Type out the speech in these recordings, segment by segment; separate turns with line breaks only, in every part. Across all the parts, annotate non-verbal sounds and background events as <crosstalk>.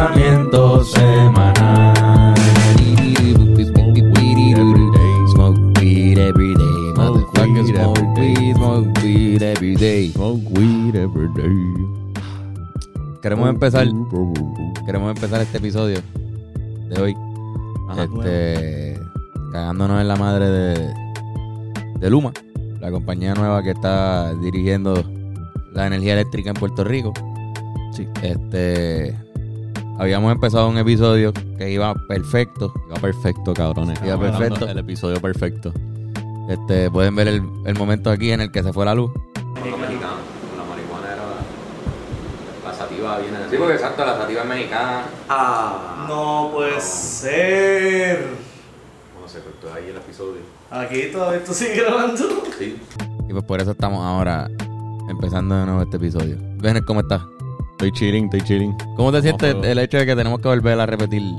segmento semanal.
Smoke weed every day.
Smoke
Motherfuckers
weed
smoke
every day.
weed, smoke weed every day.
Smoke weed every day.
Queremos empezar, queremos empezar este episodio de hoy.
Ajá.
este, cagándonos en la madre de, de Luma, la compañía nueva que está dirigiendo la energía eléctrica en Puerto Rico.
Sí.
Este, habíamos empezado un episodio que iba perfecto.
Iba perfecto, cabrones.
Iba
Estamos
perfecto.
hablando El episodio perfecto.
Este, pueden ver el, el momento aquí en el que se fue la luz.
mexicano. La marihuana era. La sativa viene de. Sí, porque exacto, la sativa es mexicana.
Ah, no puede ser.
Bueno, se cortó ahí el episodio.
Aquí todavía tú sigues grabando.
Sí.
Y pues por eso estamos ahora empezando de nuevo este episodio. Ven, ¿cómo estás?
Estoy chilling, estoy chilling.
¿Cómo te sientes
pero-
el hecho de que tenemos que volver a repetir este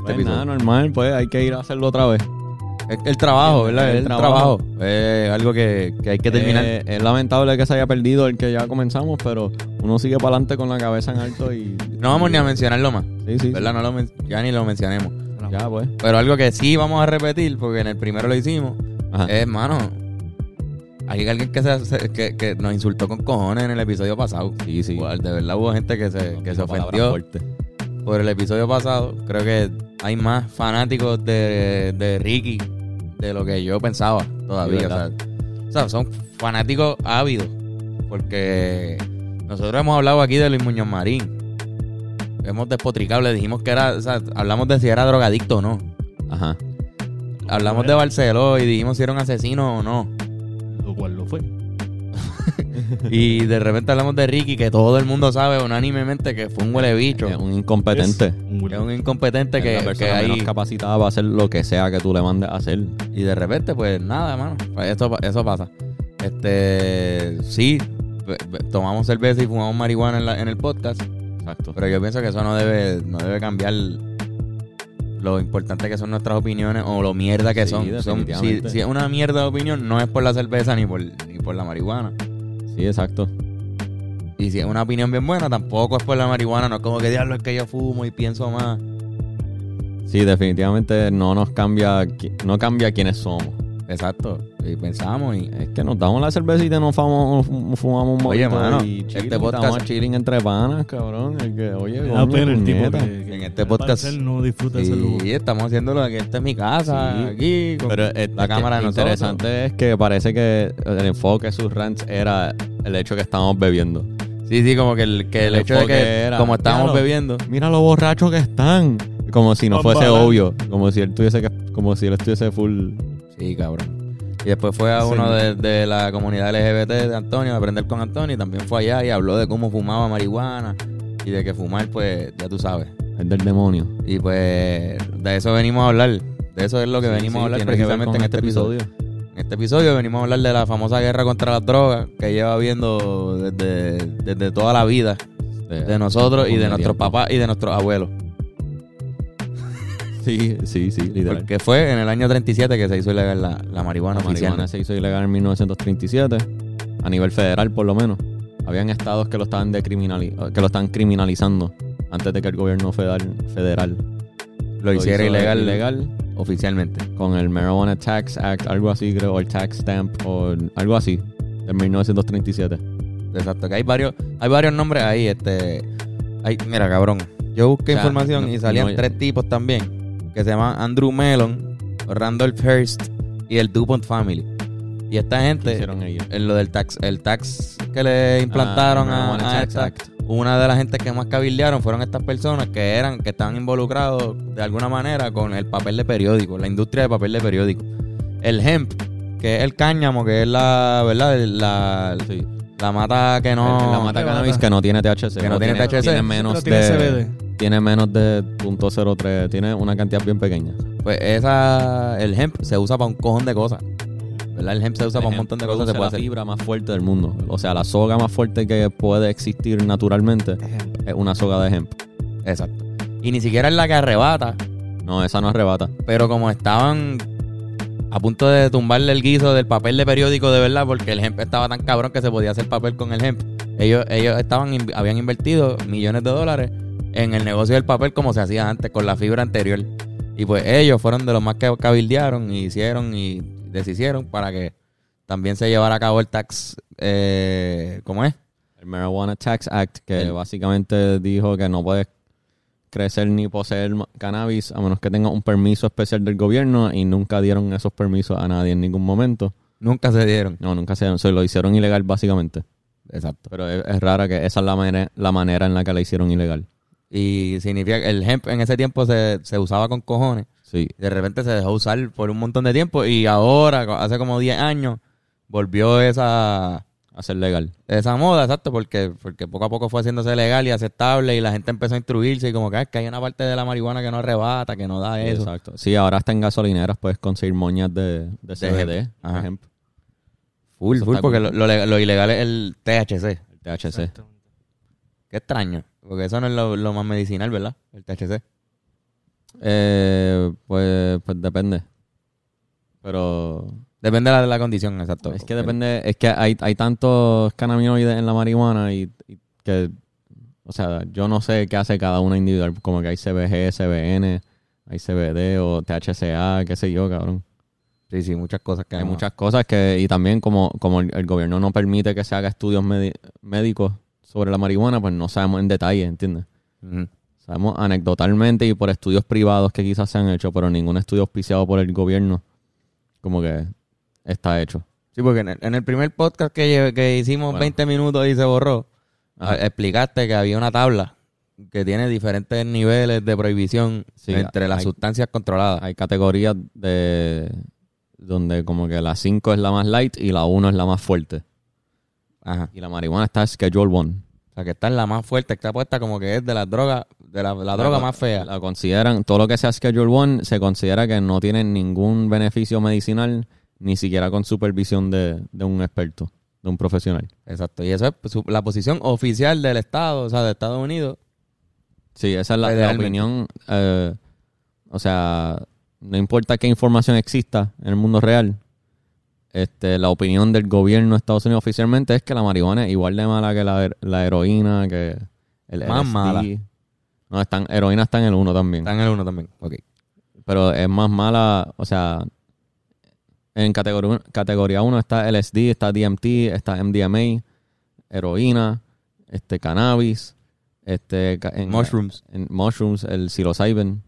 Pues
episodio?
nada, normal, pues hay que ir a hacerlo otra vez.
El, el trabajo, ¿verdad? El,
El
trabajo.
trabajo.
Es algo que, que hay que terminar.
Eh, es lamentable que se haya perdido el que ya comenzamos, pero uno sigue para adelante con la cabeza en alto y.
no vamos ni a mencionarlo más,
Sí, sí.
¿verdad? No lo men- ya ni lo mencionemos.
Ya, pues.
Pero algo que sí vamos a repetir, porque en el primero lo hicimos,
Ajá.
es, hermano, hay alguien que, se- se- que, que nos insultó con cojones en el episodio pasado.
Sí, sí.
Igual, de verdad hubo gente que se,
No
que se
digo palabras
ofendió.
fuertes.
por el episodio pasado. Creo que hay más fanáticos de, de Ricky de lo que yo pensaba todavía.
Sí,
o, sea,
¿verdad?
o sea, son fanáticos ávidos. Porque nosotros hemos hablado aquí de Luis Muñoz Marín. Hemos despotricado, le dijimos que era, o sea, hablamos de si era drogadicto o no.
Ajá.
Hablamos de Barceló y dijimos si era un asesino o no.
Lo cual lo fue.
<laughs> Y de repente hablamos de Ricky, que todo el mundo sabe unánimemente que fue un huele bicho.
Es un incompetente.
Es un
Que
huele-
es un incompetente
Es
que,
la
que
persona
hay.
menos capacitada para hacer lo que sea que tú le mandes a hacer.
Y de repente, pues nada, mano. Pues, Eso, eso pasa. Este. Sí, be- be- tomamos cerveza y fumamos marihuana en, la- en el podcast.
Exacto.
Pero yo pienso que eso no debe, no debe cambiar lo importante que son nuestras opiniones o lo mierda que
Sí,
son. Son- si,
definitivamente.
si es una mierda de opinión, no es por la cerveza ni por, ni por la marihuana.
Sí, exacto.
Y si es una opinión bien buena, tampoco es por la marihuana. No es como que diablo es que yo fumo y pienso más.
Sí, definitivamente no nos cambia, qui- no cambia quiénes somos.
Exacto. Y pensamos y.
Es que nos damos la cervecita y nos fumamos, fumamos un
Oye,
mojito
mano,
y chilling,
este podcast-
estamos chilling entre panas, cabrón. Es que, oye,
Me da
coño,
pena Ah, el tipo
puñeta.
que, que
En este
al
podcast-
parecer no disfruta ese lujo.
Y estamos haciéndolo aquí. Esta es mi casa.
Sí.
Aquí. con-
Pero eh,
la
es que
cámara de
lo
nosotros.
interesante es que parece que el enfoque de sus rants era el hecho que estábamos bebiendo.
Sí, sí, como que el, que el
El
hecho de que
enfoque era,
como estábamos
claro.
bebiendo.
Mira lo borrachos que están. Como si no
Con
fuese
banana.
obvio. Como si él tuviese que, como si él estuviese full.
Sí, cabrón. Y después fue a
Sí.
uno de, de la comunidad LGBT de Antonio, de aprender con Antonio, y también fue allá y habló de cómo fumaba marihuana y de que fumar, pues, ya tú sabes.
Es del demonio.
Y pues, de eso venimos a hablar. De eso es lo que venimos a hablar
tiene que ver
precisamente
con
en este episodio. En este episodio venimos a hablar de la famosa guerra contra las drogas que lleva habiendo desde, desde toda la vida
De-
de nosotros y de
Con
nuestros
tiempo.
papás y de nuestros abuelos.
Sí, sí, sí, literal.
Porque fue en el año 37 que se hizo ilegal la, la marihuana
La
oficial.
marihuana se hizo ilegal en 1937, a nivel federal por lo menos. Habían estados que lo estaban decriminali que lo estaban criminalizando antes de que el gobierno federal, federal
Lo hiciera
hizo
ilegal,
ilegal
oficialmente.
con el Marijuana Tax Act, algo así creo, o el Tax Stamp o algo así de 1937.
Exacto, que hay varios, hay varios nombres ahí, este. Hay, mira, cabrón. Yo busqué
O sea,
información
no-
y salían
no-
tres tipos también. Que se llaman Andrew Mellon, Randolph Hearst y el DuPont Family. Y esta
¿Qué
gente,
hicieron ellos?
en lo del tax, el tax que le implantaron
Ah,
a-
Marijuana
a,
Tax
esta,
Act.
una de las gente que más cabildearon fueron estas personas que eran, que estaban involucrados de alguna manera con el papel de periódico, la industria de papel de periódico. El hemp, que es el cáñamo, que es la, ¿verdad? La,
Sí.
la mata que no.
la mata cannabis que no tiene THC.
Que no tiene THC.
Tiene
Pero
menos,
tiene
de,
CBD.
tiene menos de .03. Tiene una cantidad bien pequeña.
Pues esa, el hemp se usa para un cojón de cosas. ¿Verdad? El hemp se usa para un
Ejemplo,
montón de cosas. Se
produce
puede
la
hacer.
fibra más fuerte del mundo. O sea, la soga más fuerte que puede existir naturalmente es una soga de hemp.
Exacto. Y ni siquiera es la que arrebata,
No, esa no arrebata.
pero como estaban a punto de tumbarle el guiso del papel de periódico de verdad, porque el hemp estaba tan cabrón que se podía hacer papel con el hemp. Ellos, ellos estaban, in- habían invertido millones de dólares en el negocio del papel como se hacía antes, con la fibra anterior. Y pues ellos fueron de los más que cabildearon y hicieron y deshicieron para que también se llevara a cabo el tax, eh, ¿cómo es?
El Marijuana Tax Act, que básicamente dijo que no puedes crecer ni poseer ma- cannabis a menos que tengas un permiso especial del gobierno y nunca dieron esos permisos a nadie en ningún momento.
Nunca se dieron.
No, nunca se, se lo hicieron ilegal básicamente.
Exacto.
Pero es, es rara que esa es la manera, la manera en la que la hicieron ilegal.
Y significa que el hemp en ese tiempo se, se usaba con cojones.
Sí.
De repente se dejó usar por un montón de tiempo y ahora, co- hace como 10 años, volvió esa,
Hacer legal.
esa moda, exacto, porque, porque poco a poco fue haciéndose legal y aceptable y la gente empezó a instruirse y como que, "Ah, es que hay una parte de la marihuana que no arrebata, que no da eso.
Exacto. Sí, ahora hasta en gasolineras puedes conseguir moñas de, de CBD,
hemp.
por
Ajá.
ejemplo.
Full,
Eso
full,
está
porque
cool.
lo, lo- lo ilegal es el THC.
El THC.
Qué extraño, porque eso no es lo, lo más medicinal, ¿verdad? El THC.
Eh, pues, pues depende. Pero
Depende de la, de la condición, exacto.
es que depende, es que hay, hay tantos cannabinoides en la marihuana y, y que, o sea, yo no sé qué hace cada una individual, como que hay CBG, CBN, hay CBD o THCA, qué sé yo, cabrón.
Sí, sí, muchas cosas que
Hay
no-
muchas cosas que, y también como, como el, el gobierno no permite que se haga estudios medi- médicos sobre la marihuana, pues no sabemos en detalle, ¿entiendes?
Ujú.
Sabemos anecdotalmente y por estudios privados que quizás se han hecho, pero ningún estudio auspiciado por el gobierno como que está hecho.
Sí, porque en el, en el primer podcast que, lle- que hicimos
Bueno. Ah.
20 minutos y se borró,
Ajá.
a- explicaste que había una tabla que tiene diferentes niveles de prohibición
Sí,
entre las
hay-
sustancias controladas.
Hay categorías de donde como que la 5 es la más light y la 1 es la más fuerte.
Ajá.
Y la marihuana está Schedule 1.
O sea, que esta es la más fuerte, está puesta como que es de las drogas, de la, la droga más fea.
La consideran, todo lo que sea Schedule 1 se considera que no tiene ningún beneficio medicinal, ni siquiera con supervisión de, de un experto, de un profesional.
Exacto. Y eso es su- la posición oficial del Estado, o sea, de Estados Unidos.
Sí, esa es la, la
Idealmente.
opinión. eh, o sea, no importa qué información exista en el mundo real, este, la opinión del gobierno de Estados Unidos oficialmente es que la marihuana es igual de mala que la, her- la heroína, que el
Más
LSD.
mala.
No, están, heroína está en el uno también.
Está en el uno también. Ok.
Pero es más mala, o sea, en categoría, categoría 1 está LSD, está DMT, está MDMA, heroína, este cannabis, este ca- en-
Mushrooms.
en Mushrooms, el psilocybin,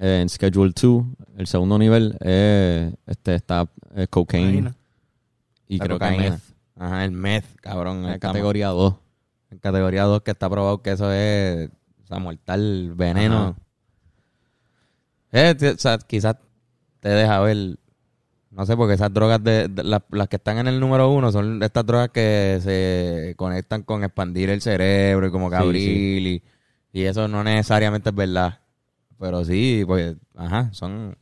eh, en Schedule 2, el segundo nivel, eh, este está eh, cocaine
Imagina.
y
La
creo que
cocaína.
meth,
Ajá, el meth, cabrón.
en la
Estamos-
categoría 2.
En categoría 2 que está probado que eso es o sea, mortal, veneno.
Ajá.
Eh, t- o sea, quizás te deja ver. No sé, porque esas drogas, de, de- las, las que están en el número uno, son estas drogas que se conectan con expandir el cerebro y como que
Sí,
abrir Y, y eso no necesariamente es verdad. Pero sí, pues, ajá, son,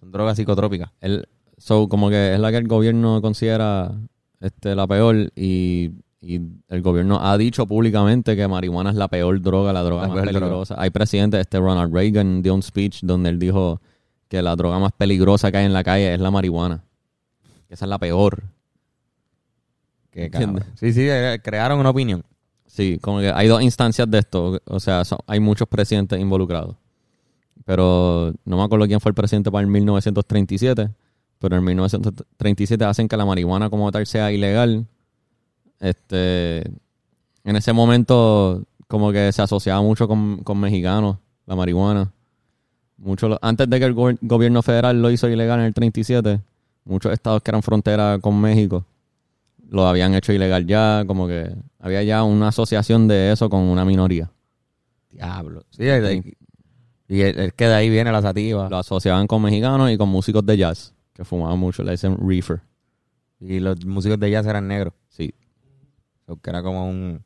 son drogas psicotrópicas.
El, so, como que es la que el gobierno considera este, la peor y, y el gobierno ha dicho públicamente que marihuana es la peor droga, la droga
La
más
peor droga.
peligrosa. Hay presidentes, este Ronald Reagan dio un speech donde él dijo que la droga más peligrosa que hay en la calle es la marihuana. Esa es la peor.
Que,
Entiendo.
cabrón. sí, sí, eh, crearon una opinión.
Sí, como que hay dos instancias de esto. O sea, son- hay muchos presidentes involucrados. Pero no me acuerdo quién fue el presidente para el 1937. Pero en 1937 hacen que la marihuana como tal sea ilegal. Este, en ese momento como que se asociaba mucho con, con mexicanos, la marihuana. Mucho lo- antes de que el gober- gobierno federal lo hizo ilegal en el 37, muchos estados que eran frontera con México lo habían hecho ilegal ya, como que había ya una asociación de eso con una minoría.
Diablo. Sí, eh, y es es que de ahí viene la sativa.
Lo asociaban con mexicanos y con músicos de jazz, que fumaban mucho, le dicen reefer.
Y los músicos de jazz eran negros.
Sí,
O que era como un...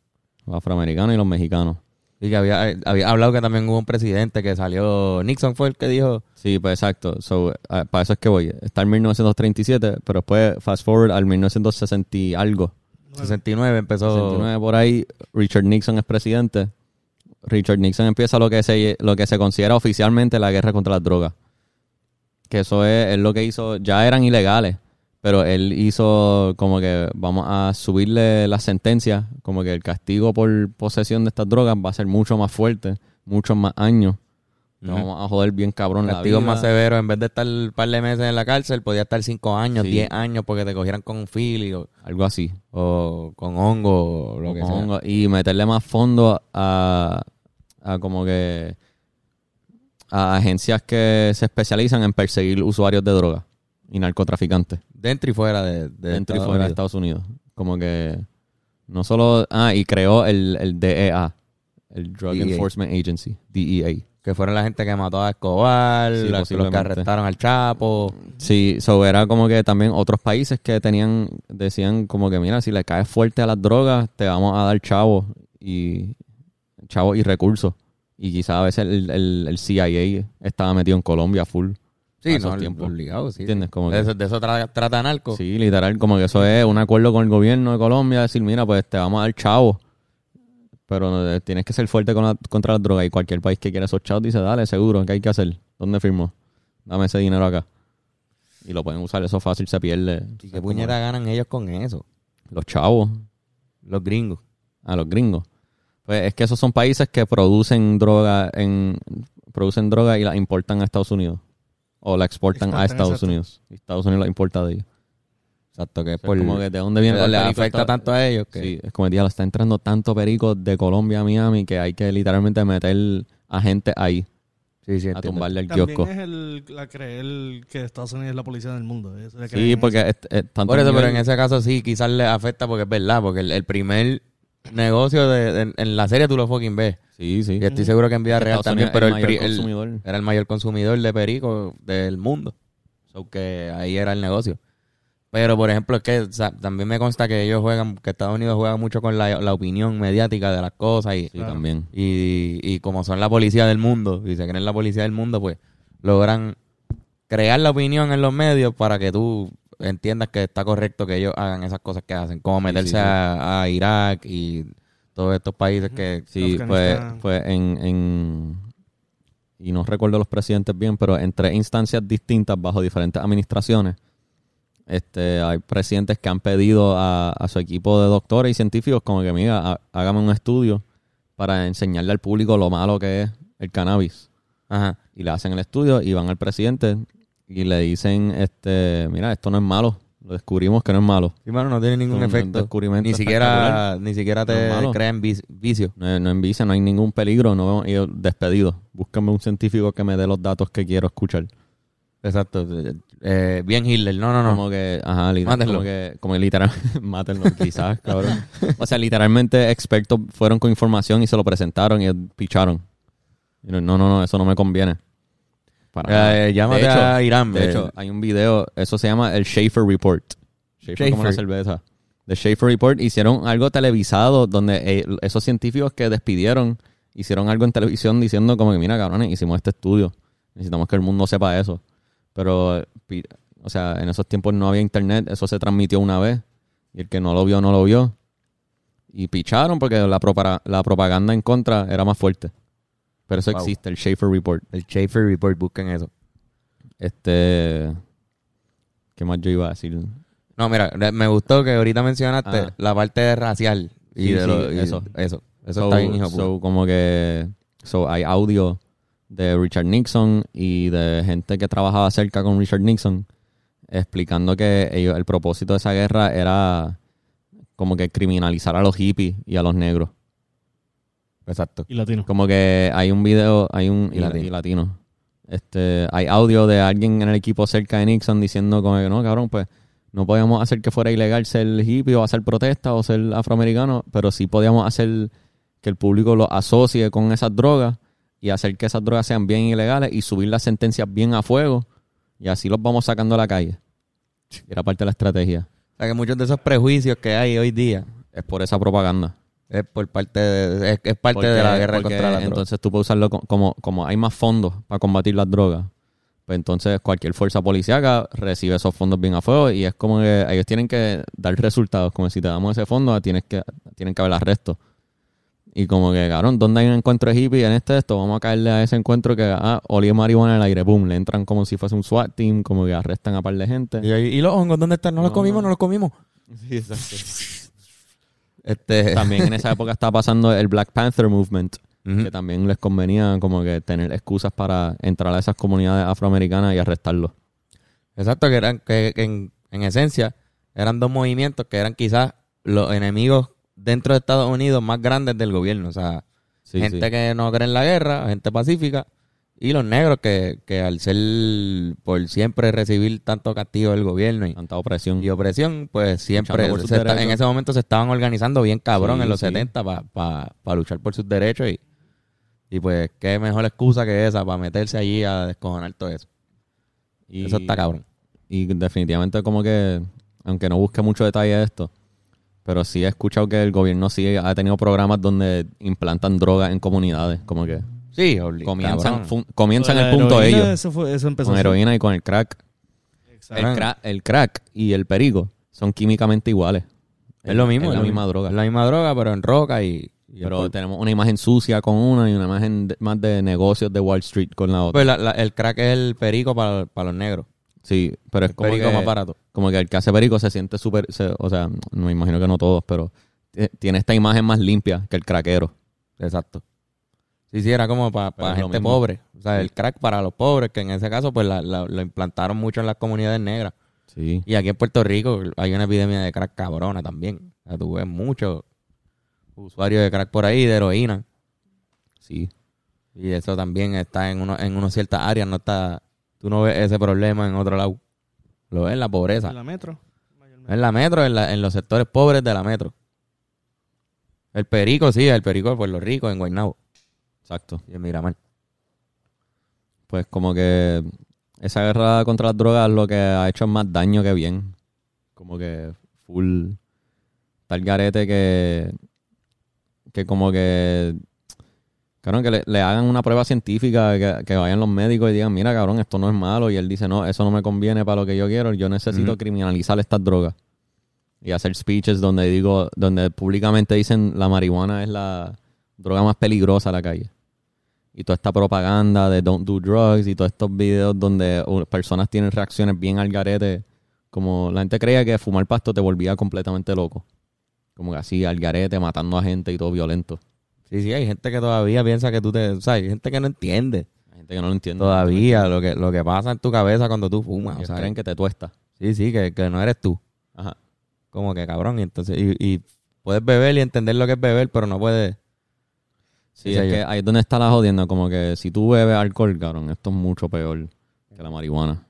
los afroamericanos y los mexicanos.
Y que había, había hablado que también hubo un presidente que salió... Nixon fue el que dijo...
Sí, pues exacto. So, eh, para eso es que voy. Está en 1937, pero después fast forward al 1960 y algo.
69 empezó...
69 por ahí, Richard Nixon es presidente. Richard Nixon empieza lo que se lo que se considera oficialmente la guerra contra las drogas. Que eso es, es lo que hizo, ya eran ilegales, pero él hizo como que vamos a subirle las sentencias, como que el castigo por posesión de estas drogas va a ser mucho más fuerte, muchos más años. Nos
Ujú.
vamos a joder bien cabrón la vida.
Castigos más severos, en vez de estar un par de meses en la cárcel, podía estar cinco años,
Sí.
10 años, porque te cogieran con fili o,
Algo así.
o con hongo, o lo que
Con
sea.
hongo. Y meterle más fondo a, a como que a agencias que se especializan en perseguir usuarios de droga y narcotraficantes
Dentro y fuera de, de
dentro y
Estados
fuera de
Unidos.
Estados Unidos. Como que no solo... Ah, y creó el, el DEA, el Drug
DEA.
Enforcement Agency, E DEA.
Que fueron la gente que mató a Escobar,
Sí,
los- los que
posiblemente.
arrestaron al Chapo.
Sí, so era como que también otros países que tenían, decían como que mira, si le caes fuerte a las drogas, te vamos a dar chavos y chavos y recursos. Y quizás a veces el, el- el CIA estaba metido en Colombia full. a
Sí,
esos
no,
tiempos.
obligado, sí.
¿Entiendes? Como que-
de, eso, de eso tra- trata narco.
Sí, literal, como que eso es un acuerdo con el gobierno de Colombia, decir, mira, pues te vamos a dar chavos. Pero eh, tienes que ser fuerte con la- contra las drogas y cualquier país que quiera esos chavos dice, dale, seguro, ¿qué hay que hacer? ¿Dónde firmo? Dame ese dinero acá. Y lo pueden usar, eso fácil se pierde.
¿Y
Es
qué
como-
puñeta ganan ellos con eso?
Los chavos,
Los gringos.
a los gringos. Pues es que esos son países que producen droga en producen droga y la importan a Estados Unidos o la exportan, a
Exportan,
Estados
exacto.
Unidos. Y Estados Unidos la importa de ellos.
Exacto, que es
O sea,
por...
como que de dónde viene
le
Puerto Rico,
afecta
está-
tanto a ellos que...
Sí, es como diablo, está entrando tanto perico de Colombia a Miami que hay que literalmente meter a gente ahí
sí, sí,
a
entiendo.
tumbarle el
También
kiosco.
es el, la creer que Estados Unidos es la policía del mundo. eso de creer
Sí,
en
porque es- es tanto
Por eso, pero
nivel-
en ese caso sí, quizás le afecta porque es verdad, porque el, el primer negocio de, de- en, en la serie tú lo fucking ves.
Sí, sí.
Y estoy seguro que en vida real
Estados
también,
Unidos
pero
es
el,
el
pri-
mayor
el-
consumidor.
era el mayor consumidor de perico del mundo. So que ahí era el negocio. Pero, por ejemplo, es que o sea, también me consta que ellos juegan, que Estados Unidos juega mucho con la, la opinión mediática de las cosas y,
Sí, también.
y, y como son la policía del mundo y se creen la policía del mundo, pues logran crear la opinión en los medios para que tú entiendas que está correcto que ellos hagan esas cosas que hacen, como meterse
sí.
A, a Irak y todos estos países que...
Sí, pues,
Afganistán.
pues en, en- Y no recuerdo los presidentes bien, pero en tres instancias distintas bajo diferentes administraciones. Este, hay presidentes que han pedido a, a su equipo de doctores y científicos como que, mira, há- hágame un estudio para enseñarle al público lo malo que es el cannabis.
Ajá.
y le hacen el estudio y van al presidente y le dicen, este, mira, esto no es malo, lo descubrimos que no es malo,
Sí, mano, no tiene ningún
Un
efecto.
descubrimiento
Ni siquiera,
espectacular.
ni siquiera
No
te
es malo.
crean vi- vicio.
no, no envicia, no hay ningún peligro, no vemos- y yo, despedido, búscame un científico que me dé los datos que quiero escuchar.
Exacto. Eh, bien Hitler. No, no, no.
Como que, ajá, li-
Mátenlo.
como que, como que literal, <laughs> mátenlo quizás, cabrón. O sea, literalmente expertos fueron con información y se lo presentaron y ellos picharon. Y no, no, no, eso no me conviene. Para nada.
Eh, llámate
De hecho,
a Irán.
De
eh,
hecho, hay un video, eso se llama el Schaefer Report. Schaefer, como la
Schaefer.
cerveza. The Schaefer Report hicieron algo televisado donde eh, esos científicos que despidieron hicieron algo en televisión diciendo como que mira cabrones, hicimos este estudio. Necesitamos que el mundo sepa eso. Pero, eh, pi- o sea, en esos tiempos no había internet, eso se transmitió una vez y el que no lo vio, no lo vio. Y picharon porque la, propara- la propaganda en contra era más fuerte. Pero eso
Wow.
existe, el Schaefer Report.
el Schaefer Report, busquen eso.
Este. ¿Qué más yo iba a decir?
No, mira, re- me gustó que ahorita mencionaste
Ah.
la parte de racial. Y
Sí,
de
sí,
lo- y
eso.
Eso, eso
So-
está bien, hijo. de puta.
so, como que. So, hay audio de Richard Nixon y de gente que trabajaba cerca con Richard Nixon explicando que ellos- el propósito de esa guerra era como que criminalizar a los hippies y a los negros.
Exacto.
Y latino.
Como que hay un video, hay un
Y
y,
latino.
y latino. Este, hay audio de alguien en el equipo cerca de Nixon diciendo como que no, cabrón, pues no podíamos hacer que fuera ilegal ser hippie o hacer protesta o ser afroamericano, pero sí podíamos hacer que el público lo asocie con esas drogas y hacer que esas drogas sean bien ilegales y subir las sentencias bien a fuego y así los vamos sacando a la calle. Era parte de la estrategia.
O sea, que muchos de esos prejuicios que hay hoy día
Es por esa propaganda.
es por parte de, es, es parte
Porque-
de la guerra
porque
contra la droga.
Entonces tú puedes usarlo co- como, como hay más fondos para combatir las drogas. Pues entonces cualquier fuerza policíaca recibe esos fondos bien a fuego y es como que ellos tienen que dar resultados. Como si te damos ese fondo, tienes que, tienen que haber arrestos. Y como que, cabrón, ¿dónde hay un encuentro de hippie en este esto? Vamos a caerle a ese encuentro que, ah, olía marihuana en el aire, boom, le entran como si fuese un SWAT team, como que arrestan a par de gente.
<laughs> Y, ahí- ¿y los hongos dónde están? ¿No, los
No,
comimos?
no.
¿No los comimos? Este, <laughs>
También en esa época estaba pasando el Black Panther Movement,
Ujú.
que también les convenía como que tener excusas para entrar a esas comunidades afroamericanas y arrestarlos.
Exacto, que eran que, que en, en esencia eran dos movimientos que eran quizás los enemigos dentro de Estados Unidos más grandes del gobierno. O sea,
Sí,
gente
sí.
que no cree en la guerra, gente pacífica, y los negros que, que al ser por siempre recibir tanto castigo del gobierno y,
Tanta opresión.
y opresión, pues siempre
Luchando por sus
se esta- en
derechos.
ese momento se estaban organizando bien cabrón
Sí,
en los
sí.
70 para luchar por sus derechos y, y pues qué mejor excusa que esa para meterse allí a descojonar todo eso.
Y-
Eso está cabrón.
Y definitivamente como que, aunque no busque mucho detalle de esto, pero sí he escuchado que el gobierno sí ha tenido programas donde implantan drogas en comunidades, como que
Sí, obli-
comienzan,
cabrón.
fun- comienzan
La
el punto
heroína,
ellos,
Eso, fue, eso empezó
con
así.
heroína y con el crack. El,
Cabrón.
cra- el crack y el perico son químicamente iguales.
Es lo mismo.
Es la
lo
misma
mismo.
droga.
Es la misma droga, pero en roca y... y
Pero
el-
tenemos una imagen sucia con una y una imagen de- más de negocios de Wall Street con la otra.
Pues la- la- el crack es el perico para, para los negros.
sí, pero es
El
como
perico
que-
más barato.
como que el que hace perico se siente súper, se- o sea, no me imagino que no todos, pero t- tiene esta imagen más limpia que el craquero.
Exacto. Sí, sí, era como para
Pero es lo
gente
mismo.
pobre. O sea, el crack para los pobres, que en ese caso pues la- la- lo implantaron mucho en las comunidades negras.
Sí.
Y aquí en Puerto Rico hay una epidemia de crack cabrona también. O sea, tú ves muchos usuarios de crack por ahí, de heroína.
Sí.
Y eso también está en uno, en unas ciertas áreas, no está, tú no ves ese problema en otro lado. Lo ves en la pobreza.
En la metro.
En la metro, en, la- en los sectores pobres de la metro. El perico, sí, el perico de Puerto Rico, en Guaynabo
Exacto.
y en Miramar.
Pues como que esa guerra contra las drogas lo que ha hecho es más daño que bien. Como que full tal garete que que como que cabrón que le, le hagan una prueba científica que, que vayan los médicos y digan mira cabrón esto no es malo y él dice no eso no me conviene para lo que yo quiero yo necesito
Ujú.
criminalizar estas drogas y hacer speeches donde digo donde públicamente dicen la marihuana es la droga más peligrosa a la calle y toda esta propaganda de don't do drugs y todos estos videos donde uh, personas tienen reacciones bien al garete como la gente creía que fumar pasto te volvía completamente loco como que así al garete matando a gente y todo violento
Sí, sí, hay gente que todavía piensa que tú te... O sea, hay gente que no entiende
Hay gente que no lo entiende.
todavía lo que, lo que pasa en tu cabeza cuando tú fumas.
Ellos
o sea,
creen que te tuesta.
Sí, sí, que, que no eres tú.
Ajá.
Como que cabrón. Y entonces, y, y puedes beber y entender lo que es beber, pero no puedes... Sí,
Sí, es
señor.
que ahí es donde está la jodienda. Como que si tú bebes alcohol, cabrón, esto es mucho peor que la marihuana.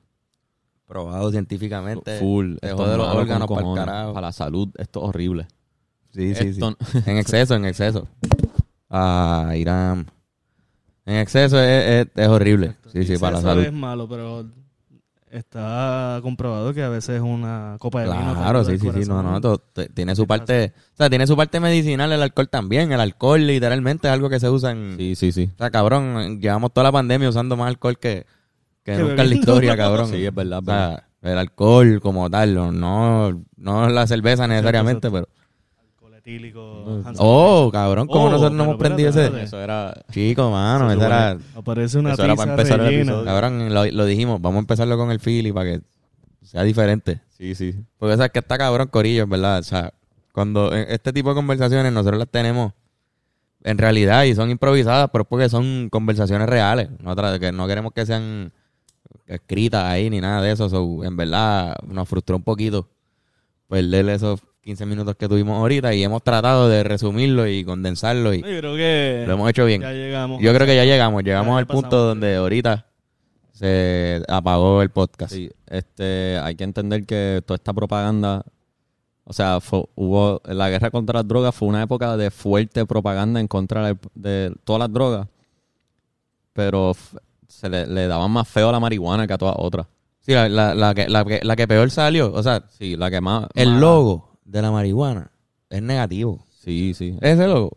Probado científicamente.
Full.
te
esto
jode
es
los
malo con
órganos pa'l
cojones.
carajo.
Para la salud, esto es horrible.
Sí, sí, sí.
Esto-
En exceso, en exceso. Ah, Irán. En exceso es, es- es horrible. Sí, sí,
Dice,
para la
eso
salud.
es malo, pero está comprobado que a veces una copa de vino...
Claro, sí,
te
sí,
cura el
sí. No, no,
corazón.
to- te- tiene su parte... O sea, tiene su parte medicinal el alcohol también. El alcohol literalmente es algo que se usa en...
Sí, sí, sí.
O sea, cabrón, llevamos toda la pandemia usando más alcohol que, que
Que
nunca en la
bebiendo.
historia, cabrón.
Sí, es verdad,
O sea, el alcohol como tal, no- no, no la cerveza necesariamente, pero...
Alcohol etílico, Hansen.
Oh, cabrón, como
Oh,
nosotros no
pero
hemos prendido
espérate,
ese...
espérate.
Eso era...
Chico, mano, esa era...
Aparece una
Eso era para
tiza
empezar el
rellena.
episodio.
Cabrón, lo, lo dijimos, vamos a empezarlo con el Philly para que sea diferente.
Sí, sí.
Porque sabes que está cabrón Corillo, en ¿verdad? O sea, cuando eh, este tipo de conversaciones nosotros las tenemos en realidad y son improvisadas, pero es porque son conversaciones reales. No, tra- que no queremos que sean escritas ahí ni nada de eso. So, en verdad nos frustró un poquito perder esos 15 minutos que tuvimos ahorita y hemos tratado de resumirlo y condensarlo y
Yo creo que
lo hemos hecho bien.
ya llegamos.
Yo creo que ya llegamos, llegamos
Ya
al punto
pasamos.
donde ahorita se apagó el podcast.
Sí, este, hay que entender que toda esta propaganda, o sea, fue- hubo la guerra contra las drogas fue una época de fuerte propaganda en contra de, de todas las drogas, pero f- se le, le daban más feo a la marihuana que a todas otras.
Sí, la, la- la que, la, que, la que peor salió, o sea,
Sí, la que más.
el
más-
logo de la marihuana es negativo.
Sí, sí.
Ese logo. O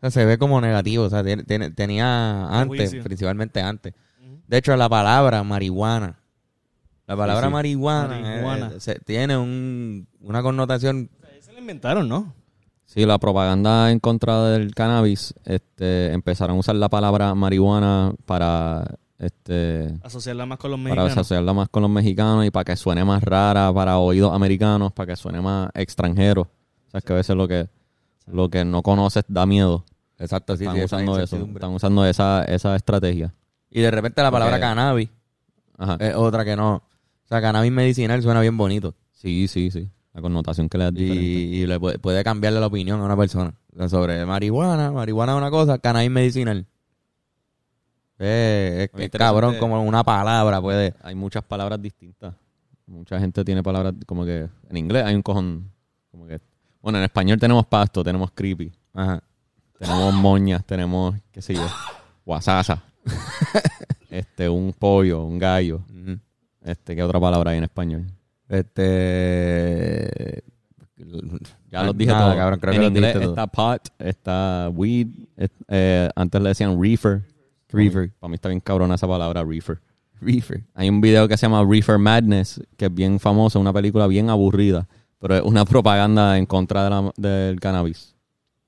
sea, se ve como negativo, o sea, tiene- tiene- tenía antes,
Prejuicio.
principalmente antes. De hecho, la palabra marihuana, la palabra marihuana, eh,
Marihuana.
se- tiene un- una connotación
Se lo inventaron, ¿no?
Sí, la propaganda en contra del cannabis, este, empezaron a usar la palabra marihuana para, este,
Asociarla más con los
para
mexicanos.
asociarla más con los mexicanos y para que suene más rara para oídos americanos, para que suene más extranjero. O sea, es que a veces lo que, lo que no conoces da miedo.
Exacto, sí,
están
sí, esa
usando eso,
incertidumbre.
están usando esa, esa estrategia.
Y de repente la palabra
Porque-
cannabis
Ajá.
es otra que no. O sea, cannabis medicinal suena bien bonito.
Sí, sí, sí. La connotación que le das
Y,
diferente.
y le puede, puede cambiarle la opinión a una persona O sea, sobre marihuana. Marihuana es una cosa, cannabis medicinal. Eh, es,
Muy
es cabrón,
interesante.
como una palabra puede.
Hay muchas palabras distintas. Mucha gente tiene palabras como que en inglés hay un cojón como que bueno, en español tenemos pasto, tenemos creepy,
Ajá. <laughs>
tenemos moñas, tenemos qué sé yo, guasasa. este un pollo, un gallo.
Ujú.
Este, ¿qué otra palabra hay en español?
Este.
Ya los dije
Nada,
todo.
cabrón, creo
en
que los
inglés
dijiste todo.
está pot, está weed, es- eh, antes le decían reefer.
Reefer.
Para mí está bien cabrona esa palabra, reefer.
Reefer.
Hay un video que se llama Reefer Madness, que es bien famoso, una película bien aburrida, pero es una propaganda en contra de la- del cannabis.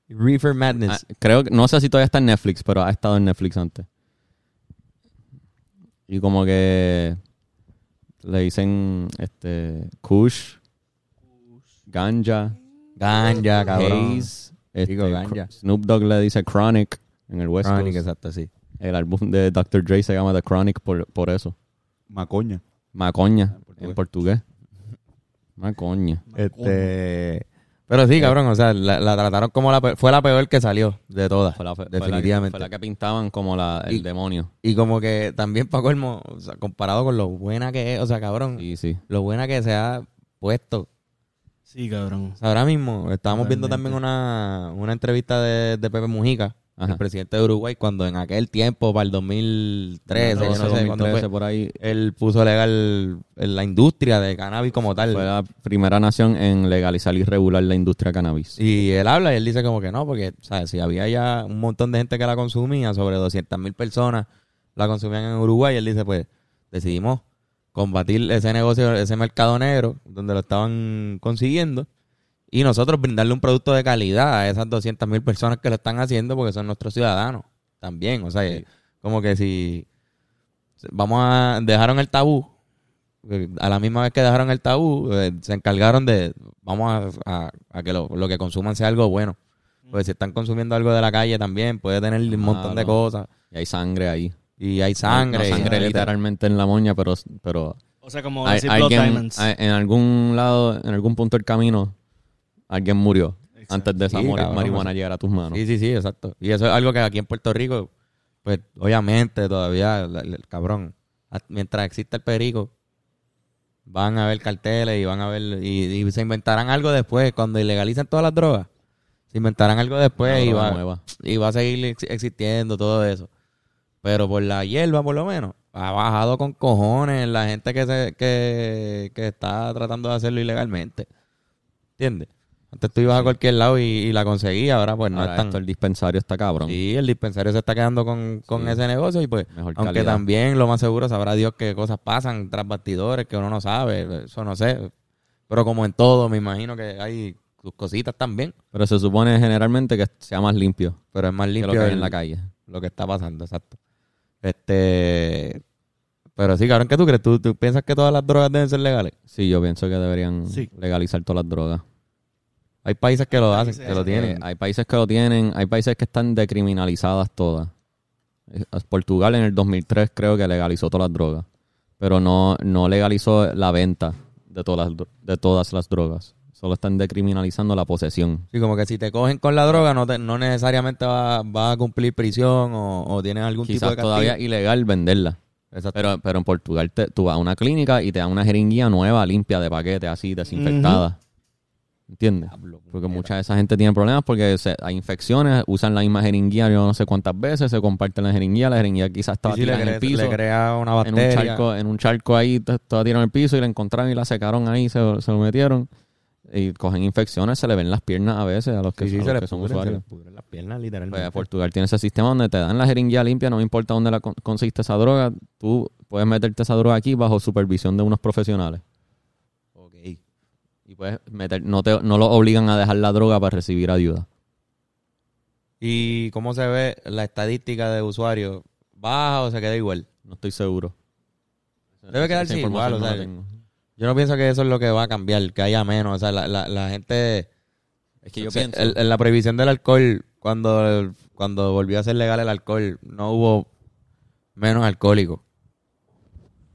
Reefer Madness.
Ah, creo que, no sé si todavía está en Netflix, pero ha estado en Netflix antes. Y como que le dicen este Kush, Ganja,
Ganja, cabrón.
Ah, eh, Haze, este,
Digo, ganja.
Cr- Snoop Dogg le dice Chronic en el West
Chronic,
Coast.
exacto, sí.
El álbum de Dr. Dre se llama The Chronic por, por eso.
Macoña.
Macoña,
Ah,
portugués.
en portugués. Macoña.
Este, pero
Eh.
sí, cabrón, o sea, la, la trataron como la pe- fue la peor que salió de todas,
Fue la, fue- fue la que-
definitivamente.
fue la que pintaban como la, el
Y-
demonio.
Y como que también para colmo, o sea, comparado con lo buena que es, o sea, cabrón,
Sí, sí.
lo buena que se ha puesto.
Sí, cabrón.
O sea, ahora mismo estábamos viendo también
Totalmente.
una, una entrevista de, de Pepe Mujica,
Ajá.
el presidente de Uruguay, cuando en aquel tiempo, para el 2013, yo no sé
2013,
cuándo fue,
por ahí.
él puso legal eh, la industria de cannabis como tal.
Fue la primera nación en legalizar y regular la industria cannabis.
Y él habla y él dice como que no, porque ¿sabes? si había ya un montón de gente que la consumía, sobre 200 mil personas la consumían en Uruguay, y él dice pues decidimos combatir ese negocio, ese mercado negro donde lo estaban consiguiendo y nosotros brindarle un producto de calidad a esas 200 mil personas que lo están haciendo porque son nuestros ciudadanos también, o sea, eh,
Sí.
como que si vamos a dejaron el tabú eh, a la misma vez que dejaron el tabú, eh, se encargaron de, vamos a, a- a que lo, lo que consuman sea algo bueno. Porque si están consumiendo algo de la calle también, puede tener un montón de
Claro.
cosas.
Y hay sangre ahí.
Y hay sangre.
No, sangre
y-
literalmente en la moña, pero, pero
O sea, como
Al-
decir Blood
alguien,
Diamonds.
a- en algún lado, en algún punto del camino, alguien murió
Exacto.
antes de esa
Sí,
mori-
cabrón,
marihuana
eso-
llegar a tus manos.
Sí, sí, sí, exacto. Y eso es algo que aquí en Puerto Rico, pues obviamente todavía, la- la- el cabrón, a- mientras exista el perico, van a ver carteles y van a ver, y, y se inventarán algo después, cuando ilegalicen todas las drogas, se inventarán algo
Una
después y
droga
va,
nueva.
y va a seguir ex- existiendo todo eso. Pero por la hierba, por lo menos, ha bajado con cojones la gente que, se, que, que está tratando de hacerlo ilegalmente. ¿Entiendes? Antes tú ibas a cualquier lado y, y la conseguías, ahora pues no
Ahora
es tan...
esto, el dispensario está cabrón.
Sí, el dispensario se está quedando con, con
Sí.
ese negocio y pues,
Mejor
aunque
calidad.
también lo más seguro sabrá Dios qué cosas pasan tras bastidores que uno no sabe, eso no sé. Pero como en todo, me imagino que hay sus cositas también,
Pero se supone generalmente que sea más limpio,
pero es más
que
limpio
lo que hay
el-
en la calle.
lo que está pasando, exacto. Este, pero sí, cabrón, ¿qué tú crees? ¿Tú, tú piensas que todas las drogas deben ser legales?
Sí, yo pienso que deberían
Sí.
legalizar todas las drogas.
Hay países que lo hacen,
países
que lo
Eh,
tienen.
hay países que lo tienen, hay países que están decriminalizadas todas. Eh, Portugal en el 2003 creo que legalizó todas las drogas, pero no, no legalizó la venta de todas, las dro- de todas las drogas. Solo están decriminalizando la posesión.
Sí, como que si te cogen con la droga, no, te- no necesariamente vas va a cumplir prisión o, o tienes algún tipo
Quizás
de castigo.
todavía es ilegal venderla.
Exacto.
Pero, pero en Portugal te- tú vas a una clínica y te dan una jeringuilla nueva, limpia de paquete, así, desinfectada. ¿Entiendes? Porque mucha de esa gente tiene problemas porque se- hay infecciones, usan la misma jeringuilla yo no sé cuántas veces, se comparten la jeringuilla, la jeringuilla quizás
Y
estaba
sí, le,
tirada en el
cre- le
piso,
crea una
en un,
bacteria.
charco, en un charco ahí, t- toda tirada en el piso y la encontraron y la secaron ahí, se, se lo metieron y cogen infecciones, se le ven las piernas a veces a los que,
Sí, sí,
a
se
los
le
que son
pudren, se
usuarios.
le pudren las piernas,
Pues,
literalmente.
Portugal tiene ese sistema donde te dan la jeringuilla limpia, no me importa dónde la con- consiste esa droga, tú puedes meterte esa droga aquí bajo supervisión de unos profesionales.
Ok.
Y puedes meter, no, te, no lo obligan a dejar la droga para recibir ayuda.
¿Y cómo se ve la estadística de usuarios? ¿Baja o se queda igual?
No estoy seguro.
Debe
Esa- esa
quedarse
información
igual, o
no
sea,
la tengo.
Yo no pienso que eso es lo que va a cambiar, que haya menos. O sea, la, la, la gente...
Es que yo
o sea,
pienso.
el- el- la prohibición del alcohol, cuando, cuando volvió a ser legal el alcohol, no hubo menos alcohólico. <laughs>